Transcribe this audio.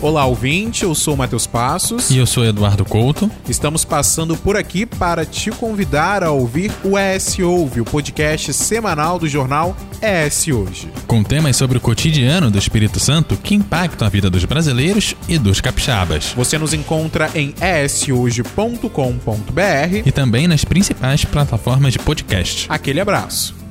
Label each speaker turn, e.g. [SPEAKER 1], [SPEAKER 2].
[SPEAKER 1] Olá, ouvinte, eu sou o Matheus Passos.
[SPEAKER 2] E eu sou Eduardo Couto.
[SPEAKER 1] Estamos passando por aqui para te convidar a ouvir o ES Ouve, o podcast semanal do jornal ES Hoje.
[SPEAKER 2] Com temas sobre o cotidiano do Espírito Santo que impactam a vida dos brasileiros e dos capixabas.
[SPEAKER 1] Você nos encontra em eshoje.com.br
[SPEAKER 2] e também nas principais plataformas de podcast.
[SPEAKER 1] Aquele abraço.